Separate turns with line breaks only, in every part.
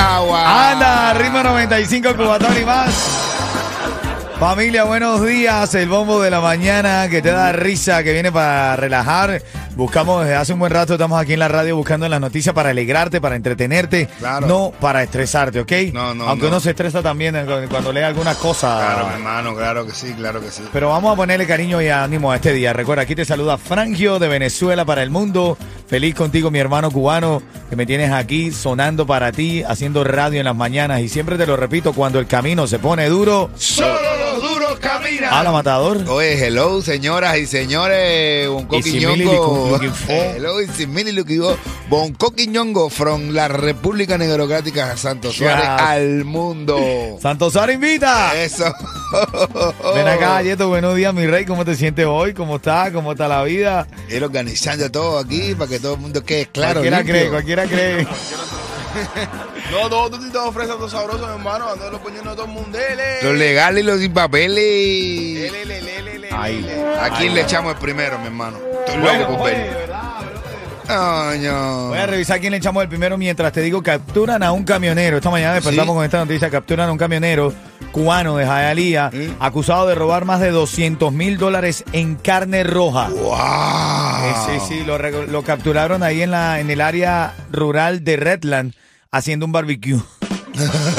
Agua.
Anda, ritmo 95, cubatón y más. Familia, buenos días. El bombo de la mañana que te da risa, que viene para relajar. Buscamos desde hace un buen rato, estamos aquí en la radio buscando las noticias para alegrarte, para entretenerte,
Claro.
no para estresarte, ¿ok?
No, no,
Aunque
no.
uno se estresa también cu- cuando lee alguna cosa.
Claro, mi hermano, claro que sí, claro que sí.
Pero vamos a ponerle cariño y ánimo a este día. Recuerda, aquí te saluda Frangio de Venezuela para el mundo. Feliz contigo, mi hermano cubano, que me tienes aquí sonando para ti, haciendo radio en las mañanas. Y siempre te lo repito, cuando el camino se pone duro,
Solo los duros caminan.
habla matador.
Oye, hello, señoras y señores, Bonco
Y sin Mili Lucu-
Quiñongo.
Luquifo.
Hello, y sin Mili Luquifo. Bonco Quiñongo, from la República Negrocrática de Santo Suárez
Yes.
al mundo.
Santos Sara invita.
Eso.
Ven
Oh.
acá, Yeto, buenos días, mi rey. ¿Cómo te sientes hoy? ¿Cómo estás? ¿Cómo está la vida?
Ir organizando todo aquí para que todo el mundo quede claro.
cualquiera
limpio.
cree, cualquiera cree.
No, todo tú te ofreces todo sabroso, mi hermano, andando los puños de todo el mundo. Dele.
Los legales y los sin papeles.
Dele, le, le, le, le,
Ay.
le.
¿A quién le echamos el primero, mi hermano? Estoy
Bueno,
loco por
oye,
ver.
¿verdad?
Ay, no.
Voy a revisar quién le echamos el primero mientras te digo, capturan a un camionero. Esta mañana despertamos
Sí.
con esta noticia, capturan a un camionero cubano de Jayalía, acusado de robar más de 200 mil dólares en carne roja. Eh,
¡Wow!
Sí, sí, lo, rego- lo capturaron ahí en, la, en el área rural de Redland haciendo un barbecue.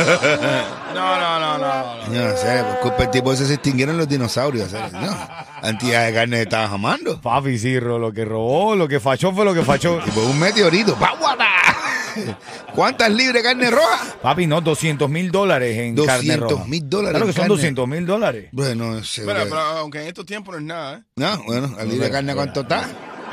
No, no, no, no. no.
No, o sea, por culpa del tipo ese se extinguieron los dinosaurios. o sea, no, cantidad de carne que estaban jamando.
Papi, sí, ro- lo que robó, lo que fachó fue lo que fachó.
Tipo un meteorito. ¡Paguata! ¿Cuántas libres de carne roja?
Papi, no, 200 mil dólares en carne roja.
200 mil dólares
Claro que
en
son
carne.
200 mil dólares.
Bueno, no sé.
Pero,
bro.
pero aunque en estos tiempos no es nada, ¿eh?
No, bueno, la libre de carne cuánto está.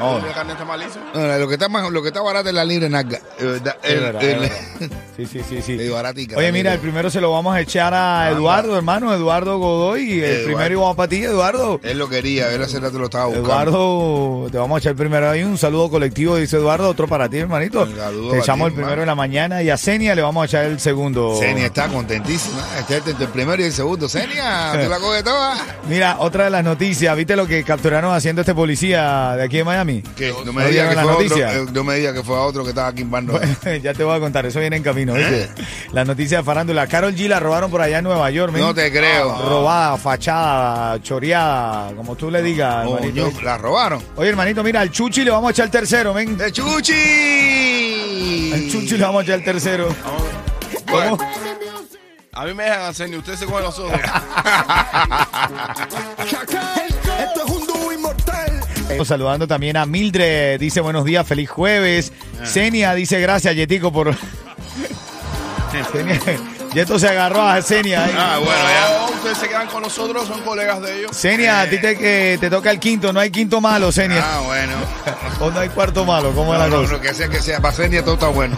Oh,
La carne está malísima.
No, lo que está más, lo que está barato es la libre naga. Es verdad,
es
el-
verdad,
el-
es verdad. Sí, sí, sí, sí.
el baratica,
Oye,
la
mira, el
libre.
primero se lo vamos a echar a Eduardo, hermano, Eduardo Godoy. Y el
Eduardo.
primero iba para ti, Eduardo.
Él lo quería, él hace rato lo estaba buscando.
Eduardo, te vamos a echar primero ahí. Un saludo colectivo, dice Eduardo, otro para ti, hermanito.
Un saludo
Te
para
echamos el
ti,
primero
hermano.
en la mañana y a Senia le vamos a echar el segundo.
Senia está contentísima. Este es el primero y el segundo. Senia, te la coge toda.
Mira, otra de las noticias, ¿viste lo que capturaron haciendo este policía de aquí de Miami?
¿Qué? No
¿No
me
vieron
digas que
la
fue otro,
noticia?
eh, no me digas que fue a otro que estaba aquí en bando.
ya te voy a contar, eso viene en camino. ¿viste?
¿Eh?
La noticia de farándula. Carol G la robaron por allá en Nueva York. men.
No te creo.
Robada, fachada, choreada, como tú le digas, hermanito.
Coño, la robaron.
Oye, hermanito, mira, al Chuchi le vamos a echar el tercero, men.
¡De Chuchi!
Al Chuchi le vamos a echar el tercero. ¿Cómo?
A mí me dejan hacer ni usted se coge los ojos.
Esto es un dúo inmortal.
Saludando también a Mildred, dice buenos días, feliz jueves.
Ah.
Senia dice gracias, Yetico, por. Senia- Yeto se agarró a Senia. ahí.
Ah, bueno, ya. No, ustedes se quedan con nosotros, son colegas de ellos.
Senia, a ti te, que te toca el quinto, no hay quinto malo, Senia.
Ah, bueno.
O no hay cuarto malo, ¿cómo es
No,
Oh. la
no,
cosa?
lo que sea que sea, para Senia todo está bueno.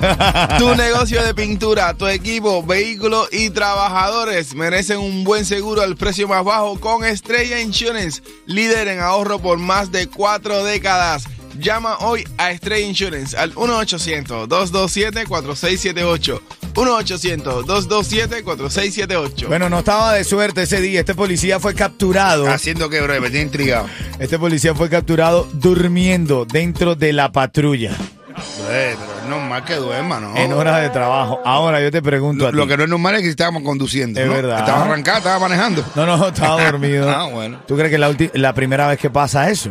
Tu negocio de pintura, tu equipo, vehículos y trabajadores merecen un buen seguro al precio más bajo con Estrella Insurance, líder en ahorro por más de cuatro décadas. Llama hoy a Estrella Insurance al 1-800-227-4678. 1-800-227-4678.
Bueno, no estaba de suerte ese día. Este policía fue capturado.
Haciendo que, bro, me tiene intrigado.
Este policía fue capturado durmiendo dentro de la patrulla
Bro, pero es normal que duerma, ¿no?
en horas de trabajo. Ahora yo te pregunto a
Oh. Lo
ti.
que no es normal es que estábamos conduciendo.
Es
¿no?
verdad.
Estaba arrancada, estaba manejando.
No, no, estaba dormido.
Ah, bueno.
¿Tú crees que la, ulti- la primera vez que pasa eso?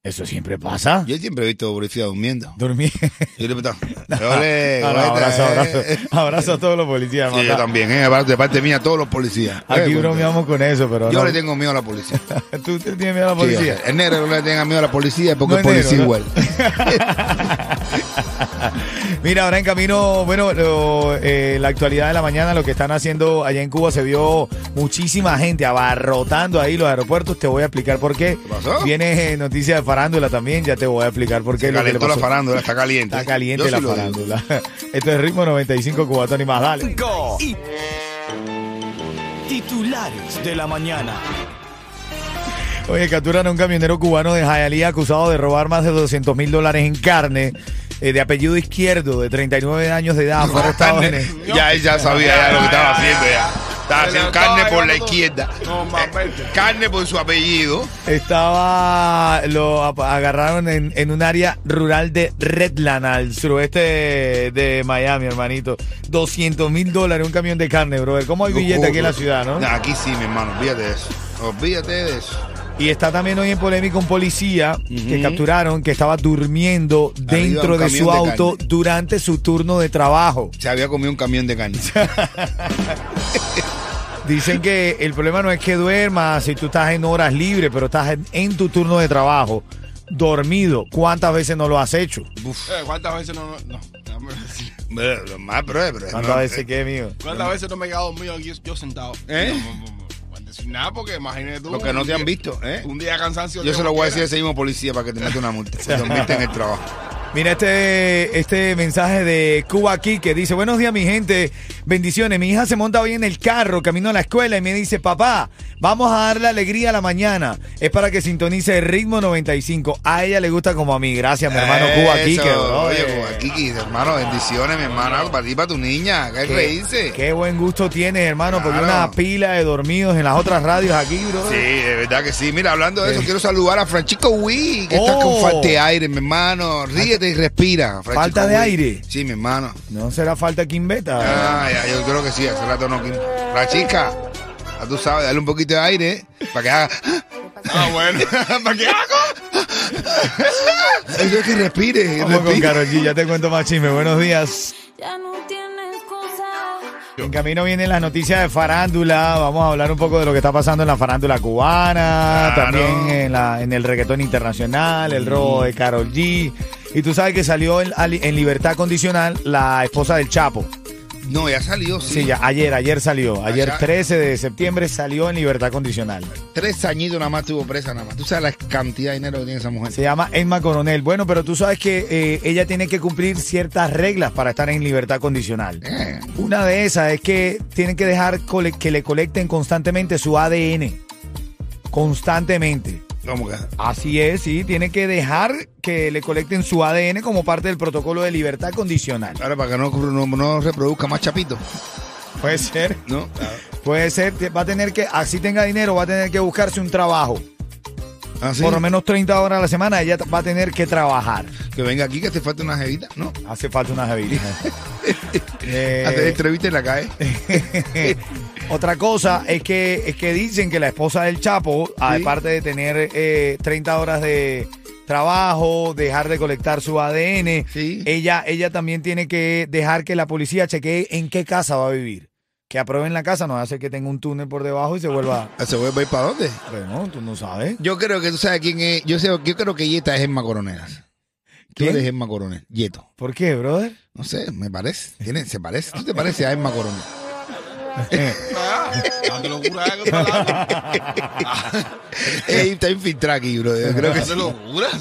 Eso siempre pasa.
Yo siempre he visto policía durmiendo.
Dormir.
Yo le he preguntado. "Ole,
No, no,
guaita,
abrazo,
eh".
abrazo. Abrazo a todos los policías.
Sí, yo
mata.
también, ¿eh? aparte- de parte mía, todos los policías.
Aquí
Eh,
bromeamos con eso, pero
Yo
no.
le tengo miedo a la policía.
Tú te tienes miedo a la
Sí, o
policía.
sea, el negro no le tenga miedo a la policía
No
porque
es
es policía
negro,
igual.
¿no? Mira, ahora en camino, bueno, lo, eh, la actualidad de la mañana, lo que están haciendo allá en Cuba, se vio muchísima gente abarrotando ahí los aeropuertos. Te voy a explicar por qué.
¿Qué pasó?
Viene eh, noticia de farándula también, ya te voy a explicar por qué.
Se
lo que le
calentó la
pasó.
farándula, está caliente.
Está caliente
Yo
la
sí lo digo.
farándula. Esto es ritmo 95 cubatón y más, dale.
Titulares de la mañana.
Oye, capturan a un camionero cubano de Jayalía acusado de robar más de 200 mil dólares en carne. eh, de apellido izquierdo, de 39 años de edad, fue arrestado en el-
Ya él ya sabía ya lo que estaba haciendo ya. Estaba haciendo carne por la izquierda.
Normalmente.
Eh, Carne por su apellido.
Estaba, lo ap- agarraron en, en un área rural de Redland, al suroeste de, de Miami, hermanito. 200 mil dólares, un camión de carne, brother. ¿Cómo hay billete aquí en la ciudad, no?
Nah, Aquí sí, mi hermano, olvídate de eso. Olvídate de eso.
Y está también hoy en polémica un policía que capturaron que estaba durmiendo
de un
dentro de su
camión de
auto
carne.
durante su turno de trabajo.
Se había comido un camión de carne.
Dicen que el problema no es que duermas si tú estás en horas libres, pero estás en, en tu turno de trabajo, dormido. ¿Cuántas veces no lo has hecho?
Eh, ¿Cuántas veces no, no, no, déjame decir.
Pero, lo más, pero, pero,
¿Cuántas
no,
veces qué, mío?
¿Cuántas veces no me he quedado dormido aquí yo sentado?
¿Eh?
No, no, no, no, decir nada porque imagínate tú.
Lo que no te
un
han
día-
visto, ¿eh?
Un día de cansancio.
Yo
te
se lo voy a decir a
cualquiera.
ese mismo policía para que te meta una multa. Se dormiste en el trabajo.
Mira este, este mensaje de Cuba aquí que dice, buenos días mi gente, bendiciones, mi hija se monta hoy en el carro, camino a la escuela y me dice, papá, vamos a darle alegría a la mañana, es para que sintonice el ritmo 95, a ella le gusta como a mí, gracias mi hermano Cuba eh.
Eso,
aquí, que
Oye, Cuba Kiki, hermano, bendiciones, mi hermano. Para ti, para tu niña. ¿Qué, reírse?
Qué buen gusto tienes, hermano, porque
Claro.
una pila de dormidos en las otras radios aquí, bro.
Sí, de verdad que sí. Mira, hablando de eso, quiero saludar a Francisco Wii, que está
Oh.
con falta de aire, mi hermano. Ríete y respira. Francisco
¿Falta de
Wii.
aire?
Sí, mi hermano.
No será falta aquí en beta.
Ah, ya, yo creo que sí, hace rato no. La chica, ya tú sabes, dale un poquito de aire para que haga.
Ah, bueno. ¿Para qué hago?
Eso es que respire.
Vamos con
respire.
Karol G, ya te cuento más chisme. Buenos días.
Ya no tiene excusa.
En camino vienen las noticias de farándula. Vamos a hablar un poco de lo que está pasando en la farándula cubana,
Claro. Mm.
también en, la- en el reggaetón internacional, el robo de Carol G. Y tú sabes que salió en, ali- en libertad condicional la esposa del Chapo.
No, ya salió, sí.
Sí, ya, ayer, ayer salió. Ayer
Allá.
13 de septiembre salió en libertad condicional.
Tres añitos nada más estuvo presa, nada más. Tú sabes la cantidad de dinero que tiene esa mujer.
Se llama Emma Coronel. Bueno, pero tú sabes que eh, ella tiene que cumplir ciertas reglas para estar en libertad condicional.
Eh,
Una de esas es que tienen que dejar cole- que le colecten constantemente su ADN. Constantemente.
¿Cómo que?
Así es, sí. Tiene que dejar que le colecten su ADN como parte del protocolo de libertad condicional.
Ahora, para que no, no, no reproduzca más chapito,
Puede ser.
¿no?
Puede ser. te- Va a tener que, así tenga dinero, va a tener que buscarse un trabajo.
Así.
Por lo menos 30 horas a la semana ella t- va a tener que trabajar.
Que venga aquí que te falta una jevita, ¿no?
Hace falta una jevita.
Antes de
Eh,
entrevista en la calle.
Otra cosa es que, es que dicen que la esposa del Chapo, aparte de tener eh, 30 horas de trabajo, dejar de colectar su ADN,
Sí.
ella, ella también tiene que dejar que la policía chequee en qué casa va a vivir. Que aprueben la casa, no hace que tenga un túnel por debajo y se vuelva...
¿Se vuelve a ir para dónde?
Bueno, tú no sabes.
Yo creo que tú sabes quién es. Yo, sé, yo creo que Yeta es Emma Coronelas. Tú
¿Quién?
eres Emma Coronel. Yeto.
¿Por qué, brother?
No sé, me parece. Tiene, se parece. Tú te pareces a Emma Coronel.
Ah, No te lo juro, ¿eh? ¿Qué estás hablando?
Ey, está infiltrada aquí, bro. Yo creo que
No te
sí.
lo juras.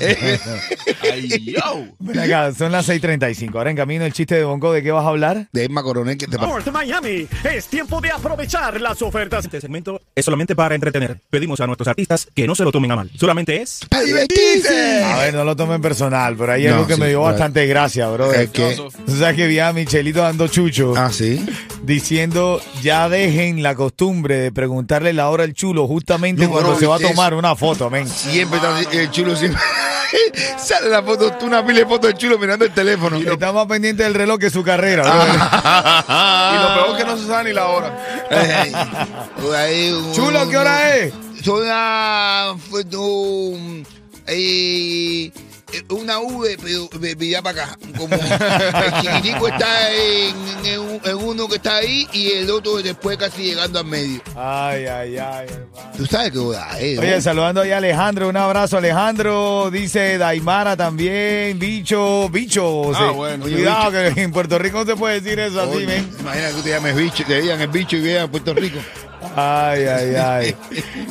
Ay, yo.
Ven acá, son las 6.35. Ahora en camino el chiste de Bonco, ¿de qué vas a hablar?
De Emma Coronel que te parece.
North Miami. Es tiempo de aprovechar las ofertas. Este segmento es solamente para entretener. Pedimos a nuestros artistas que no se lo tomen a mal. Solamente es
¡Para divertirse!
A ver, no lo tomen personal, pero ahí es
No,
algo que
sí,
me dio
brother.
bastante gracia, brother.
Es que-
O sea que vi a Michelito dando chucho,
Ah, sí.
diciendo ya dejen la costumbre de preguntarle la hora al chulo justamente
No,
cuando
bro,
se va a
¿viste
tomar una foto, men.
Siempre está el chulo siempre. Sale la foto, una pila de fotos del chulo mirando el teléfono.
Está más pendiente del reloj que su carrera, brother.
Ah.
Y lo peor es que no se sabe ni la hora.
Ey, ahí, un-
Chulo, ¿qué hora es?
Son las. fue- um, eh, una V, pero ve- ve ya para acá. Como el chiquitico está en, en un- en uno que está ahí y el otro después casi llegando al medio.
Ay, ay, ay, hermano.
Tú sabes qué joda es.
Oye,
¿no?
saludando ahí a Alejandro, un abrazo Alejandro, dice Daimara también, bicho, bicho,
Ah,
sí.
bueno, oye,
cuidado que en Puerto Rico no se puede decir eso así,
Oye,
men.
Imagina que tú te llames bicho, te digan el bicho y vean a Puerto Rico.
Ay, ay, ay.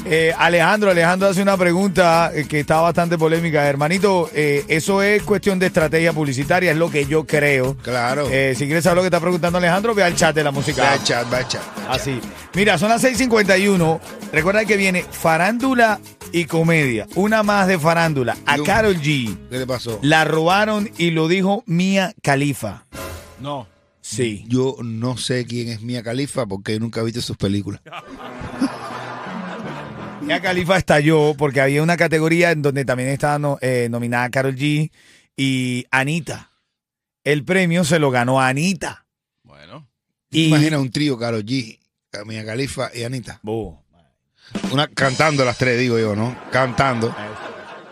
Eh, Alejandro, Alejandro hace una pregunta eh, que está bastante polémica. Hermanito, eh, eso es cuestión de estrategia publicitaria, es lo que yo creo.
Claro.
Eh, si quieres saber lo que está preguntando Alejandro, ve al chat de la música.
Va a echar, va a echar.
Así. Mira, son las 6.51. Recuerda que viene farándula y comedia. Una más de farándula. A
No.
Carol G.
¿Qué le pasó?
La robaron y lo dijo Mía Califa.
No.
Sí.
Yo no sé quién es Mia Khalifa porque nunca he visto sus películas.
Mía Califa estalló porque había una categoría en donde también estaba no- eh, nominada Carol G y Anita. El premio se lo ganó a Anita.
Bueno.
Y,
Imagina un trío, Karol G, Mia Khalifa y Anita.
Buh,
Una, cantando las tres, digo yo, ¿no? Cantando.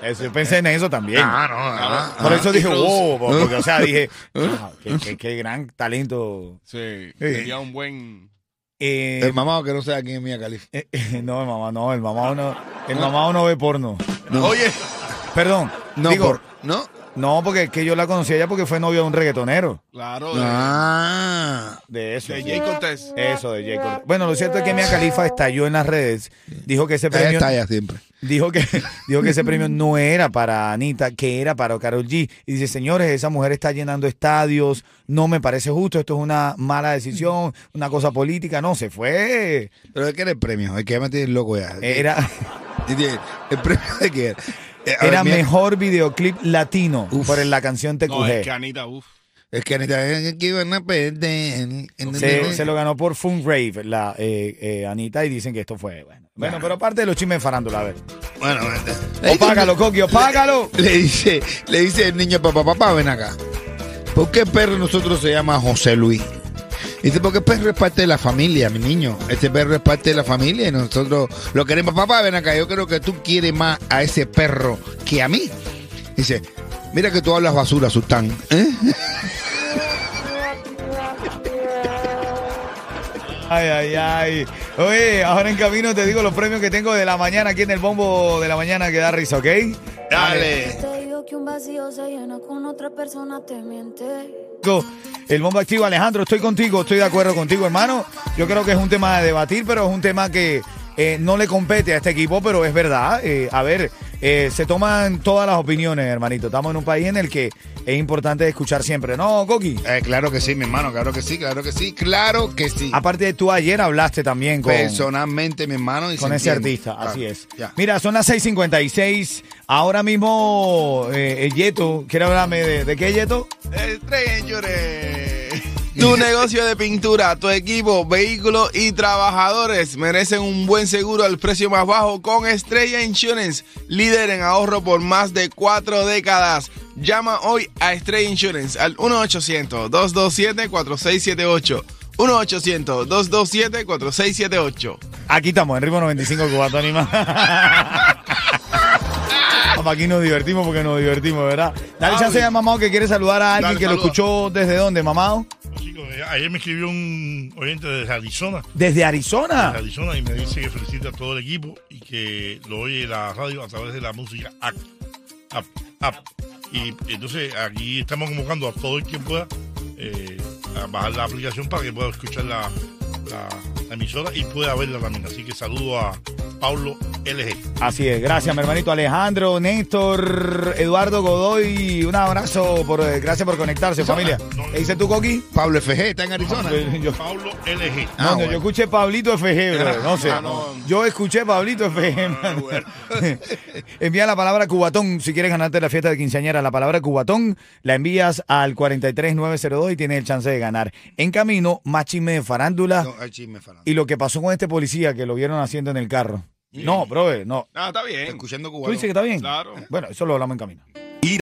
eso, yo pensé en eso también.
Ah, no, ah,
Por
ah. ¿Eh?
eso dije,
y produce.
wow, porque, o sea, dije, ah, qué- qué- qué gran talento
Sí. Sería un buen.
Eh,
El mamado que no sabe quién es Mia Khalifa.
eh, eh, no, el mamá no, el mamá no, el mamá no ve porno.
Oye,
Perdón,
No,
digo,
por- ¿no?
no, porque es que yo la conocí a ella porque fue novia de un reggaetonero.
claro, de,
Ah.
De eso.
de Jay Cortés.
Eso, de Jay Cortez. Bueno, lo cierto es que Mia Khalifa estalló en las redes. Dijo que ese
Ella
premio,
está allá siempre.
dijo que, dijo que ese premio no era para Anita, que era para Karol G. Y dice, señores, esa mujer está llenando estadios, no me parece justo, esto es una mala decisión, una cosa política. No, se fue.
Pero ¿de qué era el premio? Es que ya me tiene loco ya.
Era.
Dice, ¿El premio de qué era? Eh, a
Era
ver, Mia-
mejor videoclip latino
Uf.
por el- la canción TQG.
No, es que Anita, uff.
Es que Anita, eh, que iban a perder.
se, se lo ganó por Fun Rave la eh, eh, Anita y dicen que esto fue bueno. Bueno, pero aparte de los chismes de farándula, a ver.
Bueno, eh,
Opágalo, Coqui, opágalo.
Le dice, le dice el niño, papá, papá, ven acá. ¿Por qué el perro de nosotros se llama José Luis? Dice, porque el perro es parte de la familia, mi niño. Este perro es parte de la familia y nosotros lo queremos. Papá, ven acá, yo creo que tú quieres más a ese perro que a mí. Dice, mira que tú hablas basura, Sultán. ¿eh?
Ay, ay, ay. Oye, ahora en camino te digo los premios que tengo de la mañana aquí en el bombo de la mañana que da risa, ¿ok?
Dale.
Te digo que un vacío se llena con otra persona, te miente.
Co- El bombo activo, Alejandro, estoy contigo, estoy de acuerdo contigo, hermano. Yo creo que es un tema de debatir, pero es un tema que eh, no le compete a este equipo, pero es verdad. Eh, a ver, eh, se toman todas las opiniones, hermanito. Estamos en un país en el que es importante escuchar siempre, ¿no, Coqui?
Eh, claro que sí, mi hermano, claro que sí, claro que sí, claro que sí.
Aparte de tú ayer hablaste también Ah, con,
Personalmente, mi hermano. y
con
se
ese
entiende.
artista, así
Claro,
es.
ya.
Mira, son las 6.56. Ahora mismo, eh, el Yeto, ¿quiere hablarme de, de qué Yeto?
Estrella en Lloré. Tu negocio de pintura, tu equipo, vehículo y trabajadores merecen un buen seguro al precio más bajo con Estrella Insurance, líder en ahorro por más de cuatro décadas. Llama hoy a Estrella Insurance al 1-800-227-4678. 1-800-227-4678.
Aquí estamos, en Ritmo 95 Cubatón y más. Papá, Aquí nos divertimos porque nos divertimos, ¿verdad? Dale
Ah,
chance a Mamao que quiere saludar a alguien
Dale,
que lo
saluda.
escuchó desde dónde, Mamao.
Chicos, eh, ayer me escribió un oyente desde Arizona,
Desde Arizona.
desde Arizona y me dice que felicita a todo el equipo y que lo oye la radio a través de la música app. app, app. Y entonces aquí estamos convocando a todo el que pueda eh, a bajar la aplicación para que pueda escuchar la, la- la emisora y pueda verla también. Así que saludo a Pablo LG.
Así es, gracias, mi hermanito Alejandro, Néstor, Eduardo Godoy. Un abrazo, por, eh, gracias por conectarse, familia.
no, no.
¿Le dices tú, Coqui?
Pablo FG está en Arizona.
Yo,
Pablo LG.
Ah,
no, no,
bueno.
yo escuché Pablito FG, bro, no sé.
Ah, no.
Yo escuché Pablito FG. man. Envía la palabra cubatón si quieres ganarte la fiesta de quinceañera. La palabra cubatón la envías al 43902 y tienes el chance de ganar. En camino, más chisme de farándula
No, hay chisme, Fernando.
y lo que pasó con este policía que lo vieron haciendo en el carro. No, brother, no.
Ah, está bien.
Escuchando
¿Tú
cubano.
dices que está bien?
Claro.
Bueno, eso lo hablamos en camino.